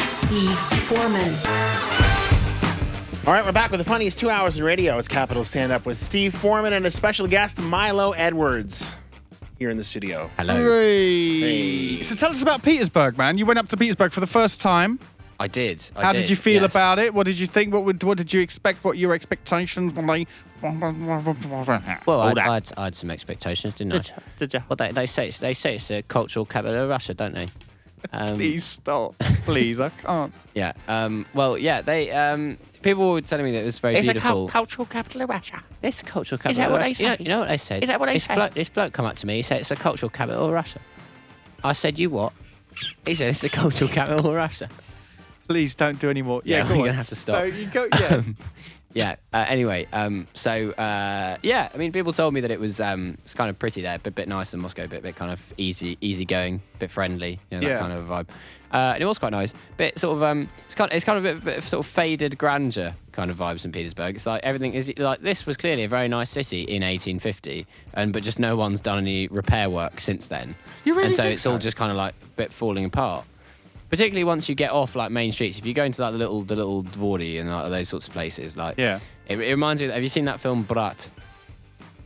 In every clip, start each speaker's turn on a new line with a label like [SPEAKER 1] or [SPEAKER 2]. [SPEAKER 1] Steve Foreman.
[SPEAKER 2] All right, we're back with the funniest two hours in radio. It's Capital Stand Up with Steve Foreman and a special guest, Milo Edwards, here in the studio.
[SPEAKER 3] Hello.
[SPEAKER 2] Hey.
[SPEAKER 4] So tell us about Petersburg, man. You went up to Petersburg for the first time.
[SPEAKER 3] I did. I
[SPEAKER 4] How did, you feel
[SPEAKER 3] yes.
[SPEAKER 4] about it? What did you think? What would, what did you expect? What your expectations were like? Well,
[SPEAKER 3] Well,
[SPEAKER 2] All
[SPEAKER 3] I,
[SPEAKER 2] that.
[SPEAKER 3] I, had, I had some expectations, didn't I?
[SPEAKER 4] did you?
[SPEAKER 3] Well, they, they say it's they say it's the cultural capital of Russia, don't they? Um,
[SPEAKER 4] Please stop. Please, I can't.
[SPEAKER 3] yeah. Um, well, yeah. They um, people were telling me that it was very
[SPEAKER 5] It's a
[SPEAKER 3] beautiful.
[SPEAKER 5] cul- cultural capital of Russia.
[SPEAKER 3] it's the cultural capital.
[SPEAKER 5] that
[SPEAKER 3] of
[SPEAKER 5] what
[SPEAKER 3] Russia.
[SPEAKER 5] they
[SPEAKER 3] You know,
[SPEAKER 5] say?
[SPEAKER 3] you know what they said?
[SPEAKER 5] Is that what they
[SPEAKER 3] this
[SPEAKER 5] say?
[SPEAKER 3] Bloke, this bloke come up to me. He said it's the cultural capital of Russia. I said, you what? He said it's the cultural capital of Russia.
[SPEAKER 4] Please don't do any more.
[SPEAKER 3] Yeah,
[SPEAKER 4] Yeah,
[SPEAKER 3] we're
[SPEAKER 4] go on.
[SPEAKER 3] gonna have to stop.
[SPEAKER 4] So you go. Yeah.
[SPEAKER 3] yeah. Uh, anyway, um, so uh, yeah, I mean, people told me that it was um, it's kind of pretty there, but bit nice than Moscow, bit bit kind of easy, easy going, bit friendly, you know, that
[SPEAKER 4] Yeah.
[SPEAKER 3] kind of vibe. Uh, and it was quite nice, bit sort of um, it's kind, it's kind of a bit, bit of sort of faded grandeur kind of vibes in Petersburg. It's like everything is like this was clearly a very nice city in 1850, and but just no one's done any repair work since then.
[SPEAKER 4] You really
[SPEAKER 3] and so
[SPEAKER 4] think
[SPEAKER 3] it's all
[SPEAKER 4] so?
[SPEAKER 3] just kind of like a bit falling apart particularly once you get off like main streets if you go into like the little the little dvordy and like, those sorts of places like
[SPEAKER 4] Yeah.
[SPEAKER 3] it, it reminds me have you seen that film brat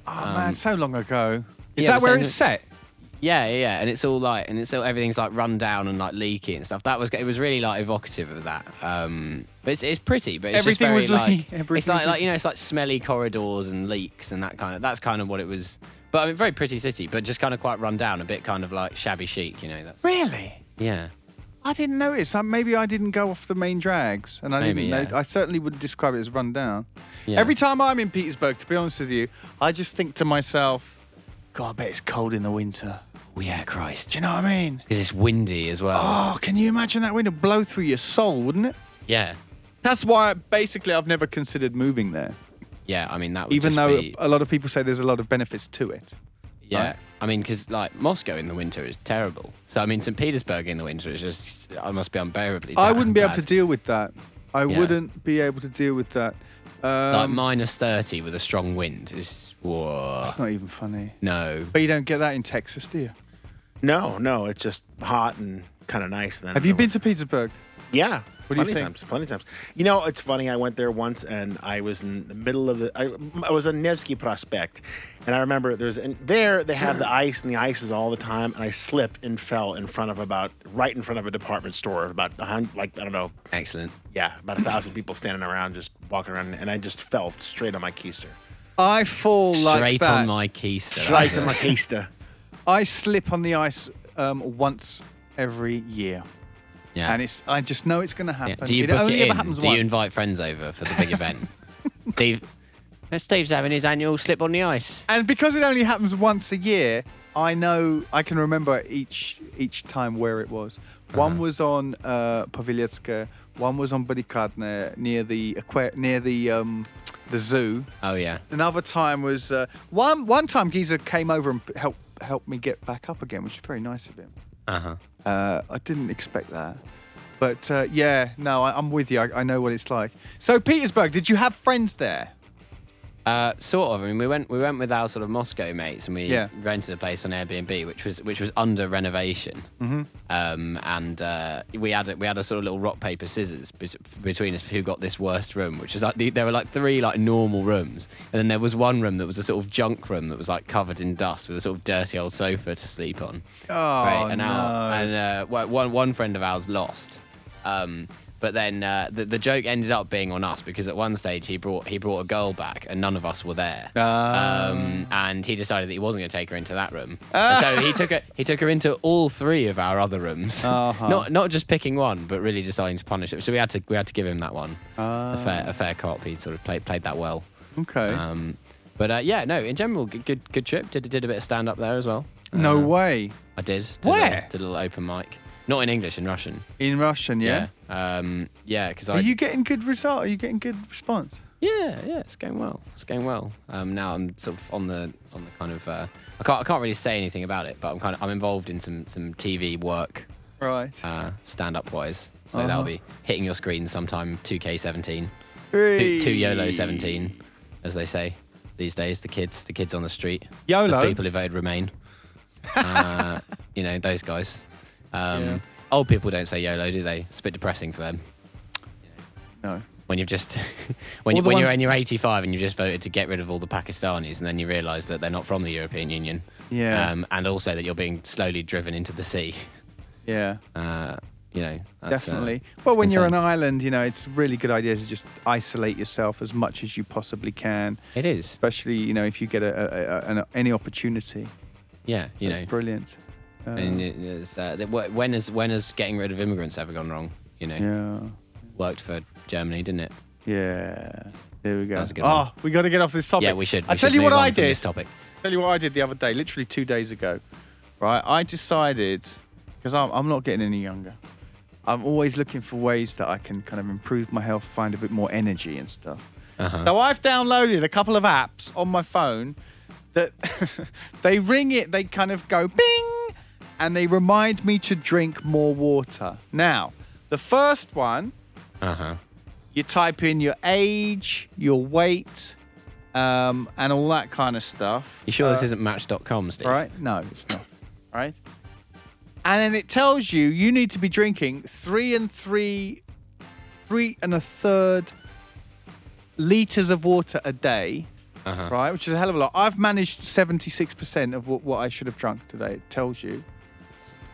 [SPEAKER 4] oh man, so long ago. Is
[SPEAKER 3] Um, yeah,
[SPEAKER 4] that
[SPEAKER 3] but
[SPEAKER 4] where
[SPEAKER 3] saying
[SPEAKER 4] it's
[SPEAKER 3] that-
[SPEAKER 4] set?
[SPEAKER 3] yeah yeah yeah and it's all like and it's all everything's like run down and like leaky and stuff that was it was really like evocative of that um but it's, it's pretty but it's
[SPEAKER 4] Everything
[SPEAKER 3] just
[SPEAKER 4] was
[SPEAKER 3] very,
[SPEAKER 4] leaky.
[SPEAKER 3] like
[SPEAKER 4] Everything
[SPEAKER 3] it's like,
[SPEAKER 4] was
[SPEAKER 3] like you
[SPEAKER 4] leaky.
[SPEAKER 3] know it's like smelly corridors and leaks and that kind of that's kind of what it was but i mean very pretty city but just kind of quite run down a bit kind of like shabby chic you know that's
[SPEAKER 4] Really?
[SPEAKER 3] yeah
[SPEAKER 4] I didn't notice. I, maybe I didn't go off the main drags, and I
[SPEAKER 3] Maybe,
[SPEAKER 4] didn't.
[SPEAKER 3] yeah.
[SPEAKER 4] Know, I certainly wouldn't describe it as run down.
[SPEAKER 3] Yeah.
[SPEAKER 4] Every time I'm in Petersburg, to be honest with you, I just think to myself, "God, I bet it's cold in the winter."
[SPEAKER 3] oh yeah christ
[SPEAKER 4] Do you know what I mean?
[SPEAKER 3] because it's windy as well
[SPEAKER 4] Oh, can you imagine that wind would blow through your soul, wouldn't it?
[SPEAKER 3] yeah
[SPEAKER 4] That's why basically I've never considered moving there,
[SPEAKER 3] yeah, I mean that. Would
[SPEAKER 4] even
[SPEAKER 3] just
[SPEAKER 4] though
[SPEAKER 3] be-
[SPEAKER 4] a lot of people say there's a lot of benefits to it.
[SPEAKER 3] Yeah,
[SPEAKER 4] Right.
[SPEAKER 3] I mean, because like Moscow in the winter is terrible. So I mean, St. Petersburg in the winter is just I must be unbearably.
[SPEAKER 4] I
[SPEAKER 3] bad-
[SPEAKER 4] wouldn't be able to
[SPEAKER 3] bad.
[SPEAKER 4] deal with that. I
[SPEAKER 3] Yeah.
[SPEAKER 4] wouldn't be able to deal with that. Um,
[SPEAKER 3] like minus thirty with a strong wind is whoa.
[SPEAKER 4] it's not even funny.
[SPEAKER 3] No,
[SPEAKER 4] But you don't get that in Texas, do you?
[SPEAKER 2] No, no, it's just hot and kind of nice. And then
[SPEAKER 4] Have you been to Petersburg?
[SPEAKER 2] Yeah.
[SPEAKER 4] What do you
[SPEAKER 2] plenty
[SPEAKER 4] think?
[SPEAKER 2] of times, plenty of times. You know, it's funny. I went there once, and I was in the middle of the. I, I was on Nevsky Prospect, and I remember there's and there they have the ice, and the ice is all the time. And I slipped and fell in front of about right in front of a department store, about a hun- like I don't know,
[SPEAKER 3] excellent.
[SPEAKER 2] yeah, about a thousand people standing around, just walking around, and I just fell straight on my keister,
[SPEAKER 4] I fall like
[SPEAKER 3] Straight
[SPEAKER 4] that.
[SPEAKER 3] on my keys.
[SPEAKER 2] straight on my keister.
[SPEAKER 4] I slip on the ice um, once every year,
[SPEAKER 3] Yeah.
[SPEAKER 4] and it's. I just know it's going to
[SPEAKER 3] yeah.
[SPEAKER 4] happen.
[SPEAKER 3] Do you
[SPEAKER 4] it
[SPEAKER 3] book
[SPEAKER 4] only
[SPEAKER 3] it
[SPEAKER 4] ever
[SPEAKER 3] in?
[SPEAKER 4] happens
[SPEAKER 3] Do
[SPEAKER 4] once.
[SPEAKER 3] you invite friends over for the big event? Steve, uh, Steve's having his annual slip on the ice.
[SPEAKER 4] and because it only happens once a year, I know I can remember each each time where it was.
[SPEAKER 3] Uh-huh.
[SPEAKER 4] One was on uh, Pavilyetska, one was on Barikadne near the aqua- near the um, the zoo.
[SPEAKER 3] Oh yeah.
[SPEAKER 4] Another time was uh, one one time Giza came over and p- helped helped me get back up again, which is very nice of him.
[SPEAKER 3] Uh huh.
[SPEAKER 4] Uh, I didn't expect that. But uh, yeah, no, I, I'm with you. I, I know what it's like. So Petersburg, did you have friends there?
[SPEAKER 3] Uh, sort of. I mean, we went we went with our sort of Moscow mates, and we
[SPEAKER 4] Yeah.
[SPEAKER 3] rented a place on Airbnb, which was which was under renovation. Mm-hmm. Um, and uh, we had a, we had a sort of little rock paper scissors bet- between us who got this worst room, which is like the, there were like three like normal rooms, and then there was one room that was a sort of junk room that was like covered in dust with a sort of dirty old sofa to sleep on.
[SPEAKER 4] Oh
[SPEAKER 3] and our, and uh, wa- one one friend of ours lost. Um, but then uh, the, the joke ended up being on us because at one stage he brought he brought a girl back and none of us were there.
[SPEAKER 4] Ah.
[SPEAKER 3] Um, and he decided that he wasn't going to take her into that room. And so he took her he took her into all three of our other rooms.
[SPEAKER 4] Uh-huh.
[SPEAKER 3] Not not just picking one, but really deciding to punish it. So we had to we had to give him that one.
[SPEAKER 4] Ah.
[SPEAKER 3] a fair a fair cop. He sort of played played that well.
[SPEAKER 4] okay.
[SPEAKER 3] Um, but uh, yeah, no. In general, good good, good trip. Did did a bit of stand up there as well.
[SPEAKER 4] no
[SPEAKER 3] Uh,
[SPEAKER 4] way.
[SPEAKER 3] I did. Did A
[SPEAKER 4] Where?
[SPEAKER 3] little, did a little open mic. Not in English, in Russian.
[SPEAKER 4] In Russian, yeah.
[SPEAKER 3] Yeah. Um, yeah, because I.
[SPEAKER 4] Are you getting good result? Are you getting good response?
[SPEAKER 3] Yeah, yeah. It's going well. It's going well. Um, now I'm sort of on the on the kind of. Uh, I can't I can't really say anything about it, but I'm kind of I'm involved in some some TV work,
[SPEAKER 4] Right.
[SPEAKER 3] uh, stand up wise. So
[SPEAKER 4] Uh-huh.
[SPEAKER 3] that'll be hitting your screen sometime. 2K17,
[SPEAKER 4] Hey.
[SPEAKER 3] two, two YOLO 17, as they say these days. The kids, the kids on the street.
[SPEAKER 4] YOLO?
[SPEAKER 3] The people who voted Remain. Uh, you know those guys. Um,
[SPEAKER 4] Yeah.
[SPEAKER 3] old people don't say YOLO, do they? It's a bit depressing for them
[SPEAKER 4] No.
[SPEAKER 3] when you've just when,
[SPEAKER 4] All
[SPEAKER 3] you,
[SPEAKER 4] the
[SPEAKER 3] when you're
[SPEAKER 4] ones-
[SPEAKER 3] in your 85 and you've just voted to get rid of all the Pakistanis, and then you realise that they're not from the European Union.
[SPEAKER 4] Yeah.
[SPEAKER 3] Um, and also that you're being slowly driven into the sea.
[SPEAKER 4] Yeah.
[SPEAKER 3] Uh, you know. That's, uh,
[SPEAKER 4] Definitely. well, when you're on
[SPEAKER 3] insane.
[SPEAKER 4] an island, you know, it's a really good idea to just isolate yourself as much as you possibly can,
[SPEAKER 3] it is.
[SPEAKER 4] especially, you know, if you get a, a, a, an, any opportunity.
[SPEAKER 3] Yeah. You
[SPEAKER 4] It's
[SPEAKER 3] know.
[SPEAKER 4] brilliant. Uh,
[SPEAKER 3] and it- it's, uh, that- wh- when is when has getting rid of immigrants ever gone wrong? You know.
[SPEAKER 4] yeah.
[SPEAKER 3] Worked for Germany, didn't it?
[SPEAKER 4] Yeah. There we go.
[SPEAKER 3] That was a good
[SPEAKER 4] oh,
[SPEAKER 3] one.
[SPEAKER 4] we got to get off this topic.
[SPEAKER 3] Yeah, we should.
[SPEAKER 4] I
[SPEAKER 3] we
[SPEAKER 4] tell
[SPEAKER 3] should
[SPEAKER 4] you what
[SPEAKER 3] move on
[SPEAKER 4] I
[SPEAKER 3] from
[SPEAKER 4] did.
[SPEAKER 3] This topic.
[SPEAKER 4] tell you what I did the other day, literally two days ago, right? I decided because I'm, I'm not getting any younger. I'm always looking for ways that I can kind of improve my health, find a bit more energy and stuff.
[SPEAKER 3] Uh-huh.
[SPEAKER 4] So I've downloaded a couple of apps on my phone that they ring it, they kind of go bing, and they remind me to drink more water. Now, the first one
[SPEAKER 3] Uh huh.
[SPEAKER 4] you type in your age, your weight, um, and all that kind of stuff.
[SPEAKER 3] You sure
[SPEAKER 4] Uh,
[SPEAKER 3] this isn't Match.com, Steve?
[SPEAKER 4] Right? No, it's not. Right? And then it tells you you need to be drinking three and three, three and a third liters of water a day,
[SPEAKER 3] Uh-huh.
[SPEAKER 4] right? Which is a hell of a lot. I've managed 76% of what, what I should have drunk today. It tells you.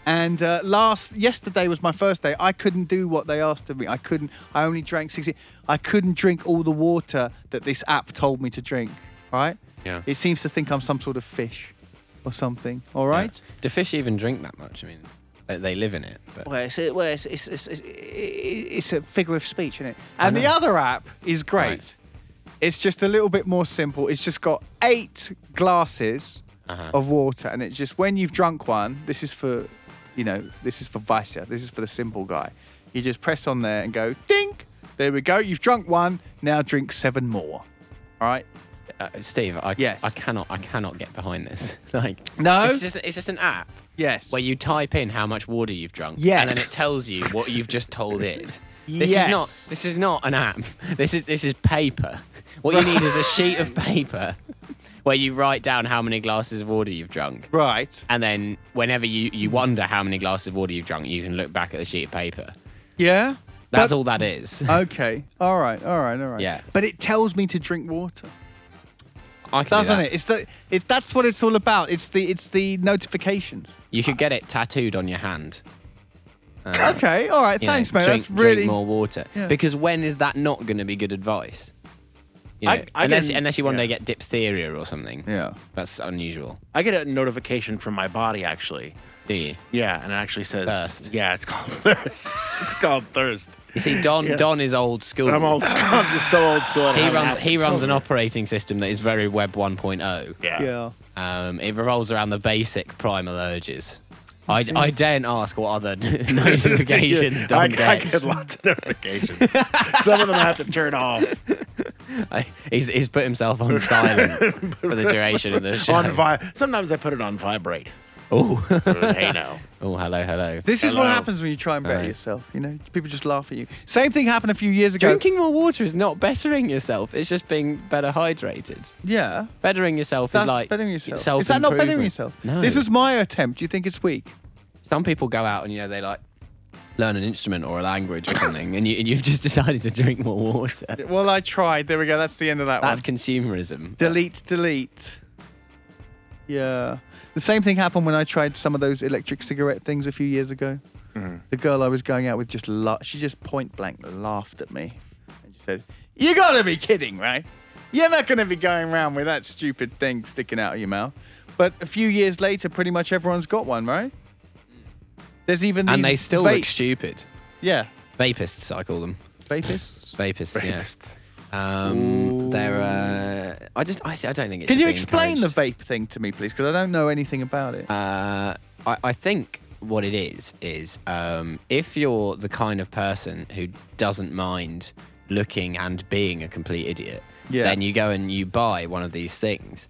[SPEAKER 4] And uh, last yesterday was my first day. I couldn't do what they asked of me. I couldn't. I only drank sixty. I couldn't drink all the water that this app told me to drink. Right?
[SPEAKER 3] Yeah.
[SPEAKER 4] It seems to think I'm some sort of fish, or something. All
[SPEAKER 3] Yeah.
[SPEAKER 4] right.
[SPEAKER 3] Do fish even drink that much? I mean, they, they live in it. But
[SPEAKER 4] Well, it's a, well, it's, it's, it's, it's, it's a figure of speech, isn't it?
[SPEAKER 3] I
[SPEAKER 4] And the
[SPEAKER 3] know.
[SPEAKER 4] other app is great.
[SPEAKER 3] Right.
[SPEAKER 4] It's just a little bit more simple. It's just got eight glasses
[SPEAKER 3] Uh-huh.
[SPEAKER 4] of water, and it's just when you've drunk one. This is for, you know, this is for Vicer. This is for the simple guy. You just press on there and go dink. There we go. You've drunk one. Now drink seven more. All right.
[SPEAKER 3] Uh, Steve, I,
[SPEAKER 4] Yes.
[SPEAKER 3] I cannot, I cannot get behind this. Like,
[SPEAKER 4] No?
[SPEAKER 3] it's just, it's just an app
[SPEAKER 4] Yes.
[SPEAKER 3] where you type in how much water you've drunk, and then
[SPEAKER 4] Yes.
[SPEAKER 3] it tells you what you've just told it. This
[SPEAKER 4] Yes.
[SPEAKER 3] is not, this is not an app. This is, this is paper. What you need is a sheet of paper where you write down how many glasses of water you've drunk,
[SPEAKER 4] right.
[SPEAKER 3] and then whenever you, you wonder how many glasses of water you've drunk, you can look back at the sheet of paper.
[SPEAKER 4] Yeah.
[SPEAKER 3] That's
[SPEAKER 4] But-
[SPEAKER 3] all that is.
[SPEAKER 4] Okay. All right. All right. All right.
[SPEAKER 3] Yeah.
[SPEAKER 4] But it tells me to drink water.
[SPEAKER 3] I can do
[SPEAKER 4] doesn't
[SPEAKER 3] that.
[SPEAKER 4] it? It's the it's that's what it's all about. It's the it's the notifications.
[SPEAKER 3] You could get it tattooed on your hand.
[SPEAKER 4] okay, all right,
[SPEAKER 3] you know,
[SPEAKER 4] thanks, mate.
[SPEAKER 3] Drink,
[SPEAKER 4] that's really
[SPEAKER 3] drink more water.
[SPEAKER 4] Yeah.
[SPEAKER 3] Because when is that not going to be good advice? You
[SPEAKER 2] I-
[SPEAKER 3] know,
[SPEAKER 2] I
[SPEAKER 3] unless,
[SPEAKER 2] didn't-
[SPEAKER 3] unless you one
[SPEAKER 4] yeah.
[SPEAKER 3] day get diphtheria or something.
[SPEAKER 4] yeah.
[SPEAKER 3] That's unusual.
[SPEAKER 2] I get a notification from my body actually.
[SPEAKER 3] Do you?
[SPEAKER 2] Yeah, and it actually says
[SPEAKER 3] Thirst.
[SPEAKER 2] Yeah, it's called thirst. It's called thirst.
[SPEAKER 3] You see, Don Don is old school.
[SPEAKER 2] I'm old. School. I'm just so old school.
[SPEAKER 3] He runs he runs an operating system that is very Web 1.0.
[SPEAKER 2] Yeah.
[SPEAKER 4] Yeah.
[SPEAKER 3] Um, it revolves around the basic primal urges. I, I daren't ask what other notifications
[SPEAKER 2] I,
[SPEAKER 3] Don
[SPEAKER 2] I
[SPEAKER 3] gets.
[SPEAKER 2] get lots of notifications. Some of them I have to turn off
[SPEAKER 3] I- he's, he's put himself on silent for the duration of the show.
[SPEAKER 2] on vi- Sometimes I put it on vibrate.
[SPEAKER 3] oh,
[SPEAKER 2] hey now.
[SPEAKER 3] oh, hello, hello.
[SPEAKER 4] This is what
[SPEAKER 2] Hello.
[SPEAKER 4] happens when you try and better
[SPEAKER 3] Right.
[SPEAKER 4] yourself. You know, people just laugh at you. Same thing happened a few years ago.
[SPEAKER 3] Drinking more water is not bettering yourself. It's just being better hydrated.
[SPEAKER 4] Yeah.
[SPEAKER 3] Bettering yourself
[SPEAKER 4] That's
[SPEAKER 3] is like
[SPEAKER 4] bettering yourself.
[SPEAKER 3] self-improvement.
[SPEAKER 4] Is that not bettering yourself?
[SPEAKER 3] No.
[SPEAKER 4] This was my attempt. Do you think it's weak?
[SPEAKER 3] some people go out and you know they like learn an instrument or a language or something, and, you, and you've just decided to drink more water.
[SPEAKER 4] Well, I tried. There we go. That's the end of that
[SPEAKER 3] That's
[SPEAKER 4] one.
[SPEAKER 3] consumerism.
[SPEAKER 4] delete, delete. Yeah. The same thing happened when I tried some of those electric cigarette things a few years ago. The girl I was going out with just la- she just point blank laughed at me and she said, "You got to be kidding, right? You're not going to be going around with that stupid thing sticking out of your mouth." But a few years later, pretty much everyone's got one, right? There's even these
[SPEAKER 3] and they still
[SPEAKER 4] vape-
[SPEAKER 3] look stupid.
[SPEAKER 4] yeah
[SPEAKER 3] Vapists, I call them.
[SPEAKER 4] vapists.
[SPEAKER 3] Vapists, yeah. Um, they're. Uh, I just. I, I don't think. It
[SPEAKER 4] Can
[SPEAKER 3] should
[SPEAKER 4] you
[SPEAKER 3] be
[SPEAKER 4] explain the
[SPEAKER 3] encouraged.
[SPEAKER 4] vape thing to me, please? Because I don't know anything about it.
[SPEAKER 3] Uh, I, I think what it is is um, if you're the kind of person who doesn't mind looking and being a complete idiot,
[SPEAKER 4] Yeah.
[SPEAKER 3] then you go and you buy one of these things,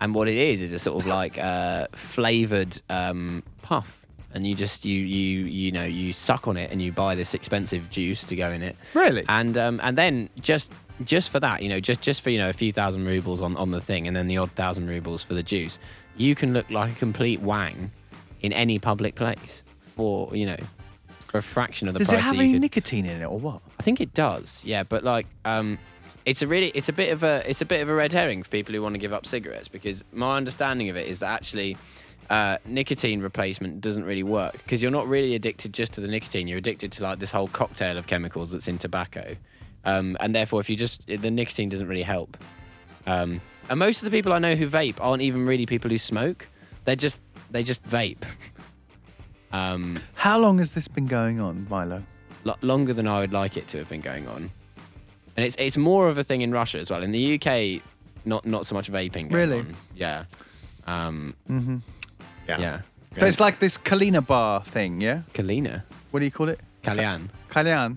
[SPEAKER 3] and what it is is a sort of like uh, flavored um, puff, and you just you you you know you suck on it and you buy this expensive juice to go in it.
[SPEAKER 4] Really?
[SPEAKER 3] And um, and then just just for that, you know, just just for you know a few thousand rubles on on the thing, and then the odd thousand rubles for the juice, you can look like a complete wang in any public place for you know for a fraction of the
[SPEAKER 4] Does
[SPEAKER 3] price.
[SPEAKER 4] it have
[SPEAKER 3] that you
[SPEAKER 4] any
[SPEAKER 3] could-
[SPEAKER 4] nicotine in it or what?
[SPEAKER 3] I think it does. Yeah, but like, um, it's a really, it's a bit of a, it's a bit of a red herring for people who want to give up cigarettes because my understanding of it is that actually. Uh, nicotine replacement doesn't really work because you're not really addicted just to the nicotine. You're addicted to like this whole cocktail of chemicals that's in tobacco, um, and therefore, if you just the nicotine doesn't really help. Um, and most of the people I know who vape aren't even really people who smoke. They're just they just vape. Um,
[SPEAKER 4] How long has this been going on, Milo?
[SPEAKER 3] lo- longer than I would like it to have been going on. And it's it's more of a thing in Russia as well. In the UK, not not so much vaping. Going
[SPEAKER 4] Really?
[SPEAKER 3] on. Yeah. Um,
[SPEAKER 2] Yeah.
[SPEAKER 3] yeah.
[SPEAKER 4] So it's like this Kalina bar thing, yeah?
[SPEAKER 3] Kalina,
[SPEAKER 4] What do you call it?
[SPEAKER 3] Kalyan,
[SPEAKER 4] Kalyan?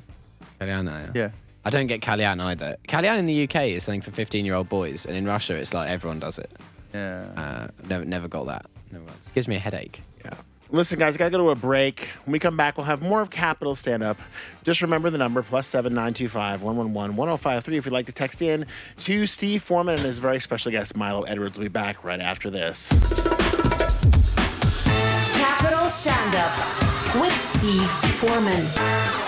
[SPEAKER 3] Kalyana.
[SPEAKER 4] Yeah.
[SPEAKER 3] I don't get Kalyan either. Kalyan in the UK is something for fifteen-year-old boys, and in Russia, it's like everyone does it.
[SPEAKER 4] Yeah.
[SPEAKER 3] Uh, never never got that. Never got it. gives me a headache.
[SPEAKER 2] Listen, guys, gotta go to a break. When we come back, we'll have more of Capital Stand Up. Just remember the number plus seven nine two five one one one one zero five three if you'd like to text in to Steve Foreman and his very special guest Milo Edwards. will be back right after this.
[SPEAKER 1] Capital Stand Up with Steve Foreman.